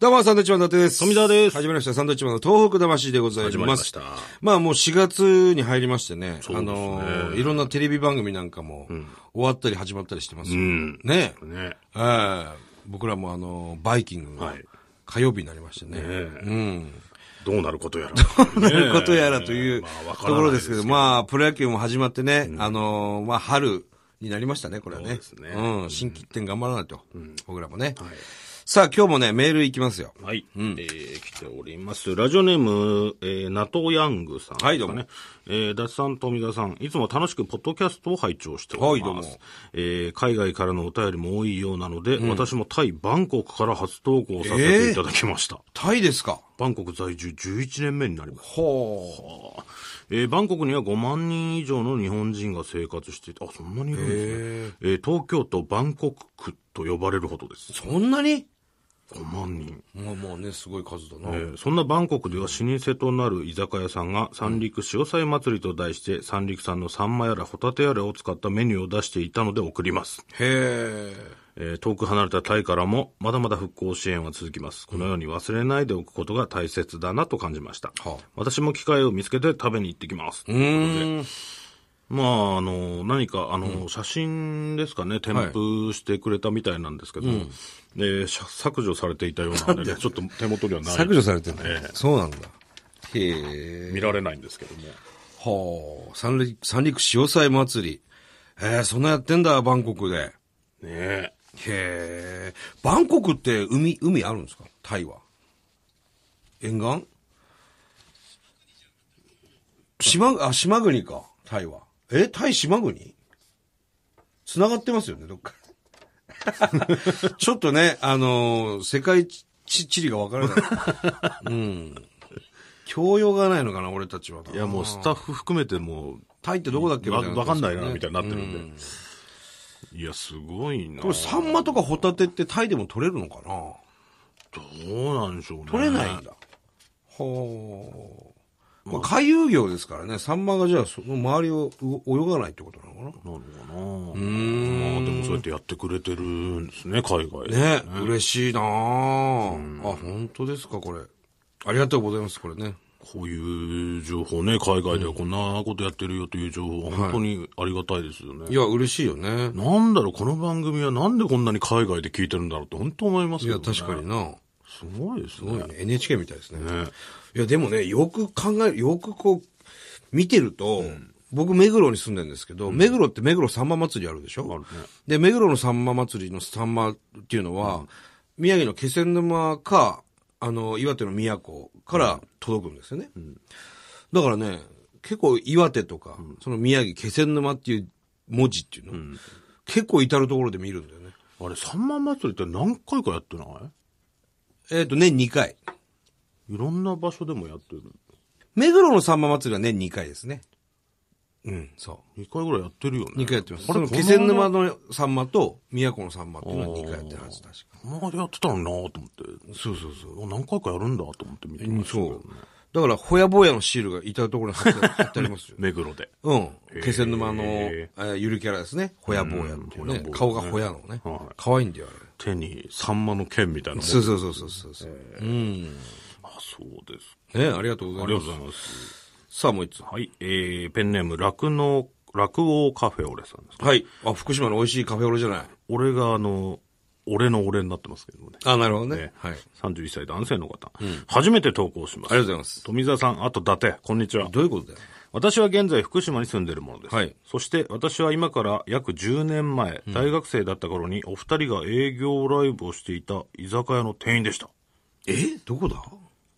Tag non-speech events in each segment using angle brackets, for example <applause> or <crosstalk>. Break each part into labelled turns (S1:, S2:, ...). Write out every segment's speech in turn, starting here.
S1: どうも、サンドイッチマン伊達です。
S2: 富澤です
S1: 始まりました、サンドイッチマンの東北魂でございます。
S2: 始まりました。
S1: まあもう4月に入りましてね、
S2: う
S1: あ
S2: ですね
S1: のー、いろんなテレビ番組なんかも、終わったり始まったりしてますよ。
S2: ん
S1: ねえ。
S2: ね。
S1: えー僕らもあのー、バイキングが
S2: はい
S1: 火曜日になりましてね。
S2: うん。どうなることやら。
S1: どうなることやらという
S2: まあ
S1: と
S2: わからないですけ
S1: ころで
S2: ど
S1: すけど、まあ、プロ野球も始まってね、あのー、まあ、春になりましたね、これはね。
S2: そうですね
S1: うん、新規点頑張らないと。僕らもね。さあ、今日もね、メールいきますよ。
S2: <laughs> はい。えー来ております。ラジオネーム、えー、ナトーヤングさん、
S1: はいどうも
S2: ね。えー、ダチさん、富田さん、いつも楽しくポッドキャストを拝聴しておりま
S1: は
S2: す。
S1: いどうも
S2: えー、海外からのお便りも多いようなので、私もタイ、バンコクから初投稿させていただきました。
S1: タイですか
S2: バンコク在住11年目になります。
S1: ほ
S2: えーバンコクには5万人以上の日本人が生活していて、あ、そんなにいるんですね。えー東京都バンコク区と呼ばれるほどです
S1: う。。そんなに
S2: 5万人。
S1: まあまあね、すごい数だ
S2: え
S1: な。
S2: ーそんなバンコクでは老舗となる居酒屋さんが三陸潮祭祭りと題して三陸産のサンマやらホタテやらを使ったメニューを出していたので送ります。
S1: へ
S2: えー遠く離れたタイからもまだまだ復興支援は続きます。このように忘れないでおくことが大切だなと感じました。
S1: はあ
S2: 私も機会を見つけて食べに行ってきます。
S1: え。うーん。
S2: まあ、あの、何か、あの、写真ですかね、添付してくれたみたいなんですけど、でしゃ削除されていたようなので、ちょっと手元にはない。
S1: 削除されてるんだ
S2: ええ
S1: そうなんだ。へえ。
S2: 見られないんですけども。
S1: はあ。三陸、三陸潮祭祭り。ええ、そんなやってんだ、バンコクで。
S2: ねえ。
S1: へえ。バンコクって海、海あるんですかタイは。沿岸島、あ、島国か。タイは。えタイ島国繋がってますよね、どっか。 <laughs> ちょっとね、あのー世界地地理がわからない。うん。教養がないのかな、俺たちは。
S2: いや、もうスタッフ含めても
S1: タイってどこだっけ
S2: う、
S1: み
S2: わ
S1: たいな、
S2: わかんないな、みたい
S1: な。
S2: になってるんで。いや、すごいな。
S1: これ、サンマとかホタテってタイでも取れるのかな
S2: どうなんでしょうね。
S1: 取れないんだ。ほう。まあ、海遊魚ですからね、サンマがじゃあその周りをう泳がないってことなのか
S2: なのかな。まあ、でもそうやってやってくれてるんですね、海外で。
S1: なね嬉しいなああ、本当ですか、これ。ありがとうございます、これね。
S2: こういう情報ね、海外ではこんなことやってるよという情報、本当にありがたいですよね。
S1: いや、嬉しいよね。
S2: なんだろう、この番組はなんでこんなに海外で聞いてるんだろうって本当思います
S1: い
S2: よ
S1: や、
S2: ね。
S1: 確かに。な
S2: すごいです
S1: すごい
S2: ね。
S1: ね NHK みたいですね。
S2: ね
S1: いや、でもね、よく考える、よくこう、見てると、僕、目黒に住んでるんですけど、目黒って目黒さんま祭りあるでしょ
S2: あるね
S1: で、目黒のさんま祭りのさんまっていうのは、宮城の気仙沼か、あの、岩手の宮古から届くんですよね。だからね、結構岩手とか、その宮城気仙沼っていう文字っていうの、結構至るところで見るんだよね。
S2: あれ、三万祭りって何回かやってない
S1: えっ、と、年2回。
S2: いろんな場所でもやってる。
S1: 目黒のさんま祭りは年2回ですね。うん、そう。
S2: 2回ぐらいやってるよね。
S1: 二回やってます。
S2: あ
S1: そ
S2: れ、
S1: の
S2: この
S1: 気仙沼のサンマと宮古のサンマっていうのは二回やってるはず、確か。
S2: この間やってたのになと思って。
S1: そうそうそう。
S2: あ何回かやるんだと思って見てましたけど
S1: そ
S2: ね、。
S1: う。だから、ほやぼやのシールが至るところに貼って貼ってありますよ <laughs>
S2: 目黒で。
S1: うん。気仙沼の、え
S2: へ
S1: ーゆるキャラですね。ほやぼやっていう
S2: ほや
S1: ね
S2: ぼ。や
S1: 顔がほやのね
S2: は。
S1: 可愛いんだよ、あれ。
S2: 手に三万の剣みたいなもん。
S1: そうそうそうそうそうそう。うん。ね
S2: あ、そうです。
S1: ありがとうご
S2: あ
S1: ざいま
S2: りがとう
S1: す
S2: ござ。います。
S1: さあ、もう一つ。
S2: はい、えー、ペンネーム、酪農、酪王カフェオレさんですか。
S1: はい。あ、福島の美味しいカフェオレじゃない。
S2: 俺が、あの、俺の俺になってますけどね。
S1: あ、なるほどね
S2: ね。
S1: はい。あり
S2: 31歳男性の方。初めて投稿しま
S1: がとう
S2: す。
S1: ございます。
S2: 富澤さん、あと伊達、こんにちは。
S1: どういうことだよ。
S2: 私は現在福島に住んでいるものです。
S1: はい
S2: そして私は今から約10年前、大学生だった頃にお二人が営業ライブをしていた居酒屋の店員でした。
S1: えどこだ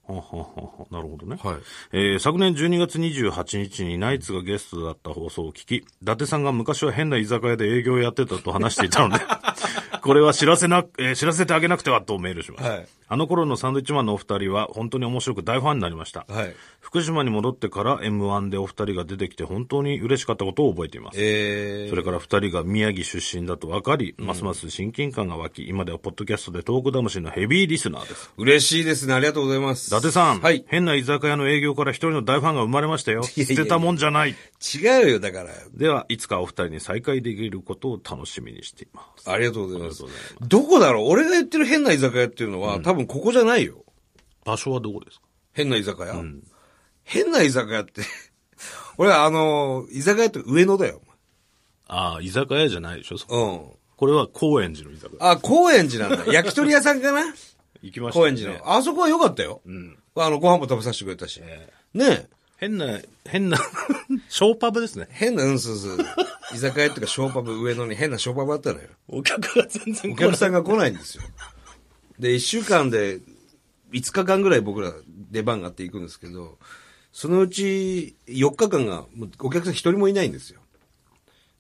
S2: はははなるほどね。
S1: はい
S2: えー昨年12月28日にナイツがゲストだった放送を聞き、伊達さんが昔は変な居酒屋で営業をやってたと話していたので、
S1: <laughs>
S2: これは知らせな、えー知らせてあげなくてはとメールします。
S1: はい
S2: あの頃のサンドイッチマンのお二人は本当に面白く大ファンになりました。
S1: はい
S2: 福島に戻ってから M1 でお二人が出てきて本当に嬉しかったことを覚えています。
S1: え
S2: それから二人が宮城出身だと分かり、ますます親近感が湧き、今ではポッドキャストでトーク魂のヘビーリスナーです。
S1: 嬉しいですね。ありがとうございます。
S2: 伊達さん、
S1: はい。
S2: 変な居酒屋の営業から一人の大ファンが生まれましたよ。
S1: やいやいや
S2: 捨てたもんじゃない。
S1: 違うよ、だから。
S2: では、いつかお二人に再会できることを楽しみにしています。
S1: ありがとうございざいま
S2: あ
S1: す
S2: りがとうござい。
S1: どこだろう俺が言ってる変な居酒屋っていうのは、多分ここじゃないよ。
S2: 場所はどこですか
S1: 変な居酒屋。変な居酒屋って、 <laughs> 俺はあの、居酒屋って上野だよ。
S2: ああ、居酒屋じゃないでしょそ
S1: う
S2: こ
S1: ん。
S2: これは高円寺の居酒屋。
S1: あ、高円寺 <laughs> なんだ。焼き鳥屋さんかな
S2: 行きました、ね。
S1: 高円寺の。あそこは良かったよ。あの、ご飯も食べさせてくれたし。ねえ。
S2: 変な、変な、 <laughs> ショーパブですね。
S1: 変な、うん、そうそう。居酒屋っていうか、ショーパブ上野に変なショーパブあったの <laughs> よ。
S2: お客が全然
S1: お
S2: 来ない
S1: 客さんが来ないんですよ。で、一週間で、5日間ぐらい僕ら出番があって行くんですけど、そのうち4日間が、もうお客さん一人もいないんですよ。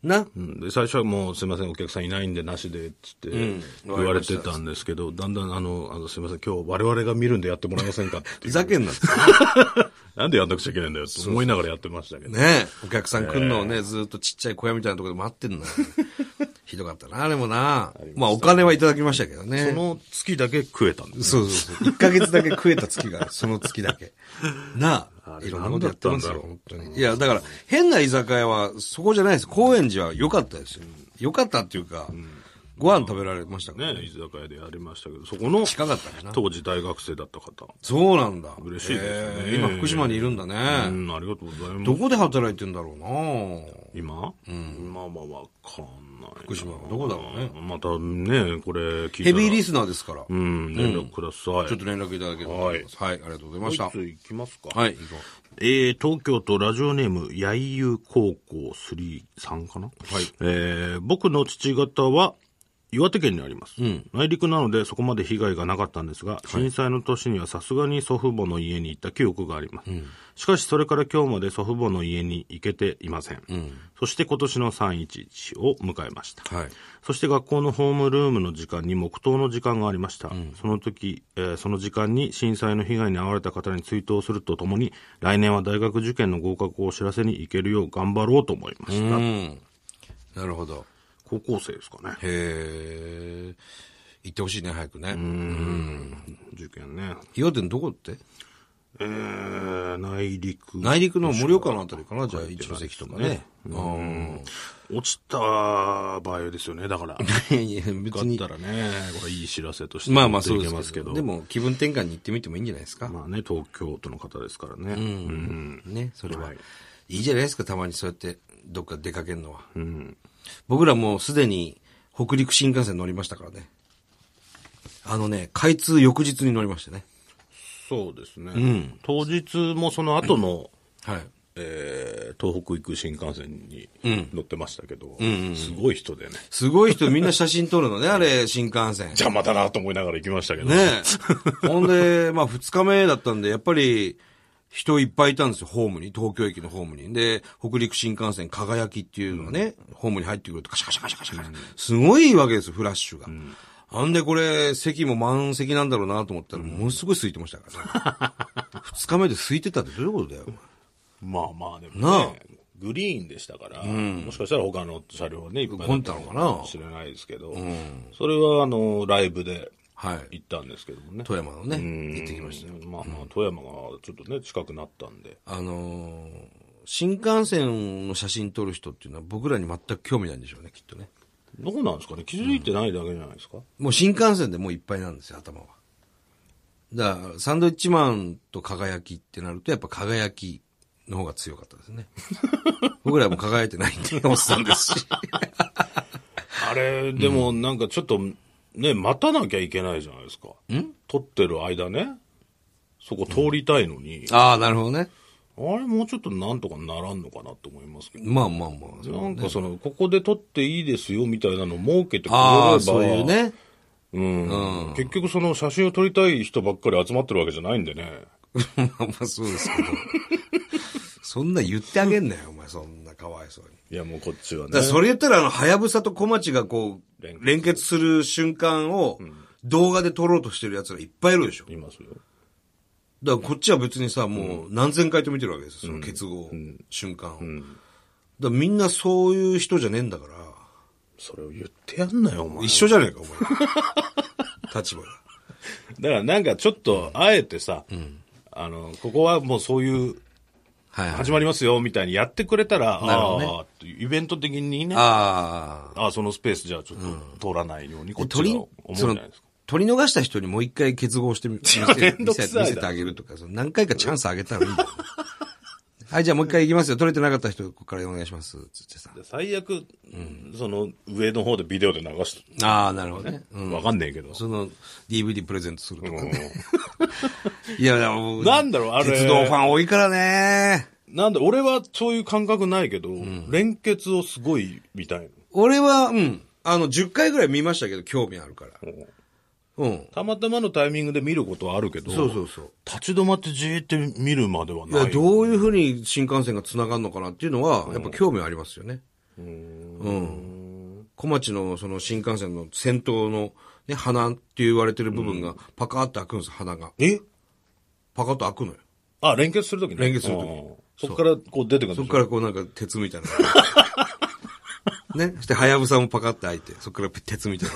S1: な
S2: うん、で最初はもうすいません、お客さんいないんでなしで、つって
S1: ん
S2: 言われてたんですけど、だんだんあの、あのすいません、今日我々が見るんでやってもらえませんかって
S1: ふ
S2: いう。
S1: ざけんなって。
S2: なんでやんなくちゃいけないんだよって思いながらやってましたけど。
S1: ねえ、お客さん来んのをね、ずーっとちっちゃい小屋みたいなところで待って
S2: <laughs>
S1: んのよ。ひどかったな、でもな。まあお金はいただきましたけどね。
S2: その月だけ食えたんです。
S1: そうそうそう。1ヶ月だけ食えた月が、その月だけ。なあ
S2: あ、れ
S1: いろんなことやってますよ、
S2: なんだ
S1: 本当に。いや、だから、変な居酒屋は、そこじゃないです。高円寺は良かったですよ。良かったっていうか、ご飯食べられましたから
S2: ね、居酒屋でやりましたけど、そこの
S1: 近かったしな。
S2: 当時大学生だった方。
S1: そうなんだ。
S2: 嬉しいですよね
S1: えー今、福島にいるんだ
S2: う
S1: ね。
S2: ん、ありがとうございます。
S1: どこで働いてんだろうな
S2: 今うん。まあまあわかんないな。
S1: 福島どこだろうね
S2: またね、これ聞いたら。
S1: ヘビーリスナーですから。
S2: うん、連絡ください。
S1: ちょっと連絡いただければと思います。はい、ありがとうございました
S2: もう。一つ行きますか。
S1: はい、行こう
S2: えー、東京都ラジオネーム、やいゆ高校3さんかなはい。えー、僕の父方は、岩手県にあります、内陸なのでそこまで被害がなかったんですが、震災の年にはさすがに祖父母の家に行った記憶があります、しかしそれから今日まで祖父母の家に行けていません、そして今年の311を迎えました、
S1: はい。
S2: そして学校のホームルームの時間に黙祷の時間がありました。その時、えーその時間に震災の被害に遭われた方に追悼するとともに、来年は大学受験の合格をお知らせに行けるよう頑張ろうと思いました。
S1: うん。なるほど。
S2: 高校生ですかね。
S1: へえ。行ってほしいね、早くね。
S2: 受験ね。
S1: 岩手のどこって
S2: えー、内陸。
S1: 内陸の盛岡のあたりかなじゃあ、一ノ関とかね。うん。
S2: 落ちた場合ですよね、だから。だ
S1: <laughs> いやいや、 <laughs> 別に
S2: っ。たらね、これいい知らせとして
S1: まあまあ、そう
S2: 持って
S1: で
S2: いけますす
S1: け
S2: け
S1: ど。
S2: ど。
S1: でも、気分転換に行ってみてもいいんじゃないですか。
S2: まあね、東京都の方ですからね。
S1: うん。ね、それは。いいじゃないですか、たまにそうやって、どっか出かけるのは。
S2: うん。
S1: 僕らもうすでに北陸新幹線乗りましたからね。あのね、開通翌日に乗りましたね。
S2: そうですね。当日もその後の、
S1: はい。
S2: えー東北行く新幹線に乗ってましたけど、すごい人でね、
S1: すごい人みんな写真撮るのね、あれ、新幹線。
S2: 邪魔だなと思いながら行きましたけど、
S1: ねえ。ほんで、まあ二日目だったんで、やっぱり人いっぱいいたんですよ、ホームに、東京駅のホームに。で、北陸新幹線輝きっていうのがね、ホームに入ってくるとカシャカシャカシャカシャカシャ。すごいわけですよ、フラッシュが。ほんで、これ、席も満席なんだろうなと思ったら、ものすごい空いてましたからね。二日目で空いてたってどういうことだよ。
S2: まあまあで
S1: なあ
S2: もね、グリーンでしたから、もしかしたら他の車両はね、いっぱい
S1: 混んだのかな
S2: もしれないですけど、それはあの、ライブで
S1: はい。
S2: 行ったんですけどもね。
S1: 富山のね、
S2: うん
S1: 行ってきましたよ。
S2: まあまあ、富山がちょっとね、近くなったんで、
S1: あのー新幹線の写真撮る人っていうのは僕らに全く興味ないんでしょうね、きっとね。
S2: どうなんですかね、気づいてないだけじゃないですか。
S1: もう新幹線でもういっぱいなんですよ、頭は。だから、サンドイッチマンと輝きってなると、やっぱ輝きの方が強かったです <laughs> ね。僕らも輝いてないんで、おっさんですし。
S2: あれ、でもなんかちょっと、ね、待たなきゃいけないじゃないですか。撮ってる間ね、そこ通りたいのに、
S1: <laughs> ああ、なるほどね。
S2: あれもうちょっとなんとかならんのかなと思いますけど。
S1: まあまあまあ。
S2: なんかその、ここで撮っていいですよみたいなの設けて
S1: あ
S2: くれれば、
S1: あ、そういうね。 <laughs>
S2: うん。結局その写真を撮りたい人ばっかり集まってるわけじゃないんでね。
S1: まあまあそうですけど。そんな言ってあげんなよ、お前。そんなかわいそうに。
S2: いやもうこっちは
S1: だ
S2: ね
S1: から。それ言ったら、あの、はやぶさと小町がこう
S2: 連、結
S1: 連結する瞬間を、動画で撮ろうとしてる奴らいっぱいいるでしょ。
S2: いますよ。
S1: だからこっちは別にさ、もう何千回と見てるわけですよ、その結合、瞬間を。だからみんなそういう人じゃねえんだから、
S2: それを言ってやんなよ、お前
S1: 一。緒じゃねえか、お前。 <laughs> 立場が。
S2: だからなんかちょっと、あえてさ、あの、ここはもうそういう
S1: はいはい
S2: 始まりますよ、みたいにやってくれたら、
S1: なるほどね
S2: ああっていうイベント的にね、あ
S1: ああ。
S2: あ、そのスペースじゃあちょっと通らないように、こっちが
S1: 取り
S2: 思う、じゃ
S1: そ
S2: な
S1: の
S2: いですか。、
S1: 取り逃した人にもう一回結合してみ見せ
S2: めんど
S1: 見
S2: く
S1: せ
S2: さいだろ
S1: 見せてあげるとか、その何回かチャンスあげたらいい
S2: <laughs>
S1: んだよ。はい、じゃあもう一回行きますよ。取れてなかった人、ここからお願いします。つってさ。
S2: 最悪、その上の方でビデオで流す
S1: ああ、なるほどね。う
S2: と。
S1: ん。
S2: わかんねえけど。
S1: その、DVD プレゼントするとか。
S2: う
S1: いや、でも
S2: なんだろうあれ
S1: 鉄道ファン多いからね。
S2: んなんだ、俺はそういう感覚ないけど、連結をすごいみたい
S1: 俺は、うん。あの、10回ぐらい見ましたけど、興味あるから。
S2: な。
S1: うん。
S2: たまたまのタイミングで見ることはあるけど、
S1: そうそうそう。
S2: 立ち止まってじーって見るまではい
S1: や、
S2: ない。
S1: どういうふうに新幹線が繋がるのかなっていうのは、やっぱ興味ありますよね。うん。小町のその新幹線の先頭の、ね、鼻って言われてる部分がパカーって開くんです、鼻が。
S2: え
S1: パカッと開くのよ。
S2: あ、連結するときね。
S1: 連結する時
S2: うんそっからこう出てくるん
S1: そっ
S2: です
S1: からこうなんか鉄みたい
S2: <laughs>
S1: な。ね。そして、はやぶさもパカッて開いて、そっから鉄みたい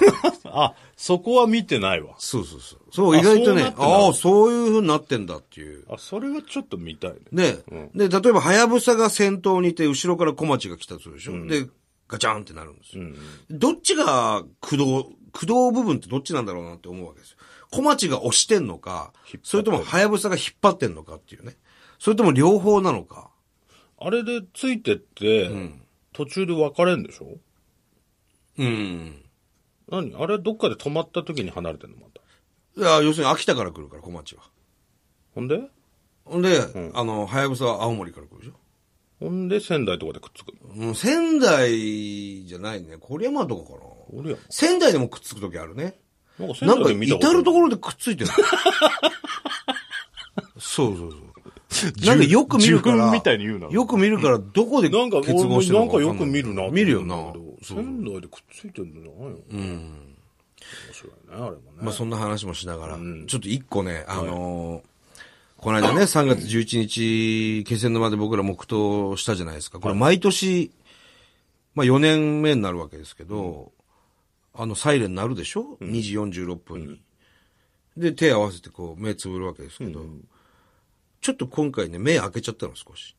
S1: な。
S2: あ、そこは見てないわ。
S1: そうそうそう。そう、意外とね、
S2: そうなってんだ
S1: ああ、そういうふうになってんだっていう。
S2: あ、それはちょっと見たいね。
S1: で、で、例えば、はやぶさが先頭にいて、後ろから小町が来たとするでしょ、で、ガチャンってなるんですよ。どっちが駆動、駆動部分ってどっちなんだろうなって思うわけですよ。小町が押してんのか、それともはやぶさが引っ張ってんのかっていうね。それとも両方なのか。
S2: あれでついてって、途中で別れんでしょ
S1: うん。
S2: 何あれどっかで止まった時に離れてんのまた。
S1: いや、要するに秋田から来るから、小町は。
S2: ほんで
S1: ほんで、あの、はやぶさは青森から来るでしょ
S2: ほんで仙台とかでくっつくの
S1: うん仙台じゃないね。郡山とかかな。
S2: 俺や
S1: 仙台でもくっつくときあるね。
S2: ん。なんか仙
S1: なん
S2: 台
S1: か、
S2: で見た
S1: 至
S2: ことあ
S1: るところでくっついてる。そうそうそう。なんかよく見るから。
S2: 自分みたいに言うな
S1: よく見るから、どこで
S2: なんか
S1: 結合してる
S2: な
S1: の
S2: ん
S1: か
S2: か
S1: わ
S2: よ
S1: んな
S2: く
S1: い
S2: 見るなって
S1: 見るよな。
S2: 思うんだけど仙台でくっついてるんじゃないのうん。面白いね、あれもね。
S1: まあそんな話もしながら、ちょっと一個ね、あのーこの間
S2: <coughs>
S1: ね、3月11日、気仙沼で僕ら黙祷したじゃないですか。これ毎年、まあ4年目になるわけですけど、あの、サイレン鳴るでしょ ?2 時46分に。で、手合わせてこう、目つぶるわけですけど、ちょっと今回ね、目開けちゃったの少し。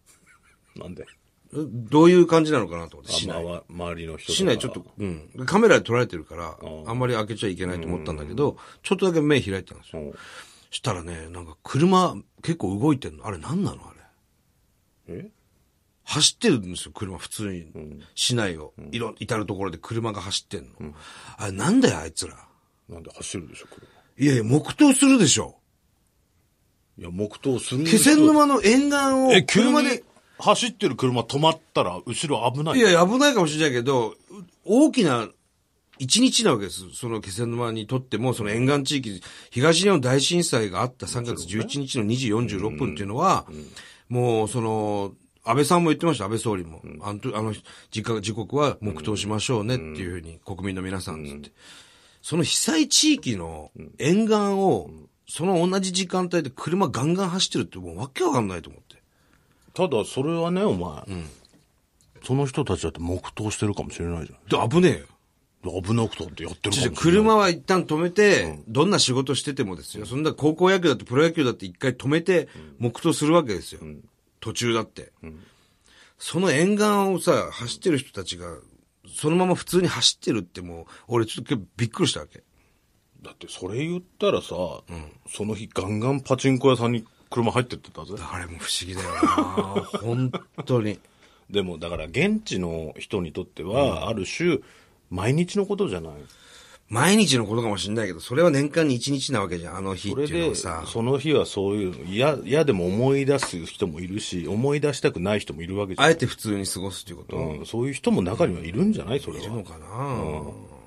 S2: なんで
S1: どういう感じなのかなと思って、市内
S2: あ。まあ周りの人とか
S1: 市内ちょっと、うん。カメラで撮られてるから、あんまり開けちゃいけないと思ったんだけど、ちょっとだけ目開いてたんですよ。
S2: うん
S1: したらね、なんか車結構動いてんの。あれ何なのあれ。
S2: え
S1: 走ってるんですよ、車普通に。市内を。いろ、至るところで車が走ってんの。あれなんだよ、あいつら。
S2: なんで走るでしょ、車。
S1: いやいや、黙祷するでしょ。
S2: いや、黙祷する
S1: 気仙沼の沿岸
S2: え、
S1: を
S2: 車
S1: 車
S2: で
S1: で、。
S2: 走ってる車止まったら、後ろ危ない。
S1: いやいや、危ないかもしれないけど、大きな一日なわけです。その気仙沼にとっても、その沿岸地域、東日本大震災があった3月11日の2時46分っていうのは、もうその、安倍さんも言ってました、安倍総理も。あのとあの時間時刻は黙祷しましょうねっていうふうに、国民の皆さんつって。その被災地域の沿岸を、その同じ時間帯で車ガンガン走ってるってもうわけわかんないと思って。
S2: ただ、それはね、お前、その人たちだって黙祷してるかもしれないじゃ
S1: で危ねえよ。
S2: ん。危なくたってやってるかもし
S1: じ
S2: れ
S1: ゃ
S2: ない。
S1: 車は一旦止めて、どんな仕事しててもですよ。そんな高校野球だってプロ野球だって一回止めて、黙祷するわけですよ。途中だって、その沿岸をさ、走ってる人たちが、そのまま普通に走ってるってもう、俺ちょっと今日びっくりしたわけ。
S2: だって、それ言ったらさ、その日ガンガンパチンコ屋さんに車入ってってたぜ。
S1: あれも不思議だよな <laughs> 本当に。
S2: でも、だから、現地の人にとっては、ある種、毎日のことじゃない。
S1: 毎日のことかもしれないけど、それは年間に一日なわけじゃん、あの日っ
S2: そ
S1: て
S2: れ
S1: いうの
S2: で、
S1: はさ。
S2: その日はそういうの、嫌、嫌でも思い出す人もいるし、思い出したくない人もいるわけじゃ
S1: あ
S2: ん。
S1: えて普通に過ごすっていうこと、
S2: うん、そういう人も中にはいるんじゃないそれは。
S1: いるのかな、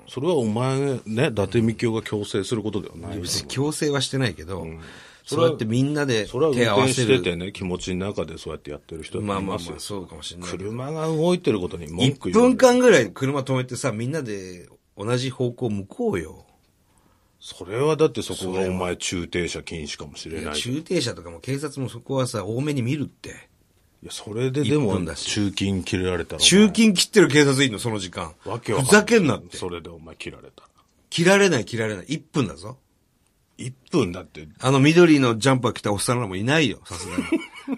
S2: それはお前ね、伊達みきおが強制することではない。
S1: 別に強制はしてないけど、そうやってみんなで
S2: それは運
S1: 手合わ
S2: 転
S1: せ
S2: して
S1: る。
S2: てね、気持ちの中でそうやってやってる人
S1: まあまあ
S2: い
S1: まあ、
S2: ますよ
S1: そうかもしれない。
S2: 車が動いてることに文句
S1: 1
S2: 言う。
S1: 分間ぐらい車止めてさ、みんなで同じ方向向こうよ。
S2: それはだってそこがお前駐停車禁止かもしれない。い
S1: 駐停車とかも警察もそこはさ、多めに見るって。
S2: や、それでで
S1: 一
S2: も
S1: 分だ、し
S2: 中勤切れられたらお前。
S1: 中勤切ってる警察いんの、その時間。
S2: わけわ
S1: ふ
S2: かんない
S1: ざけんなって。
S2: それでお前切られたら。
S1: 切られない切られない。1分だぞ。
S2: 1分だって、 <laughs>
S1: あの緑のジャンパー着たおっさんらもいないよ、さすがに。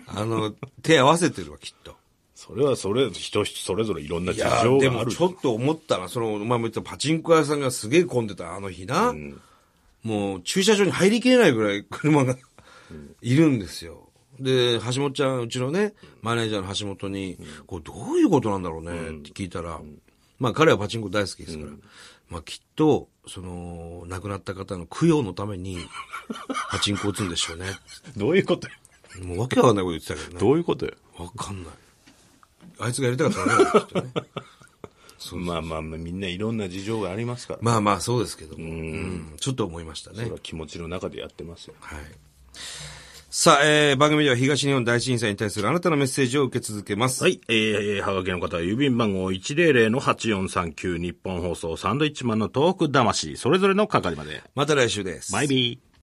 S1: あの、手合わせてるわ、きっと。
S2: それはそれ、人それぞれいろんな事
S1: い
S2: 情
S1: や
S2: があ
S1: ー
S2: る。
S1: でもちょっと思ったら、その、お前も言ったパチンコ屋さんがすげえ混んでたあの日な、もう駐車場に入りきれないぐらい車がいるんですよ。で、橋本ちゃん、うちのね、マネージャーの橋本に、これどういうことなんだろうねって聞いたら、まあ彼はパチンコ大好きですから、まあきっと、その、亡くなった方の供養のため <laughs> に、パチンコ打つんでしょうね。
S2: どういうことよ
S1: もうわけわかんないこと言ってたけどね。
S2: どういうことよ
S1: わかんない。あいつがやりたかったんだろうきっとね。
S2: まあまあまあ、みんないろんな事情がありますから。
S1: まあまあそうですけども、うんちょっと思いましたね
S2: それ。は気持ちの中でやってますよ。
S1: はい。さあ、えー、番組では東日本大震災に対するあなたのメッセージを受け続けます。
S2: はい、えー、えーはがきの方は郵便番号100-8439日本放送サンドイッチマンのトーク魂、それぞれの係まで。
S1: また来週です。
S2: バイビー。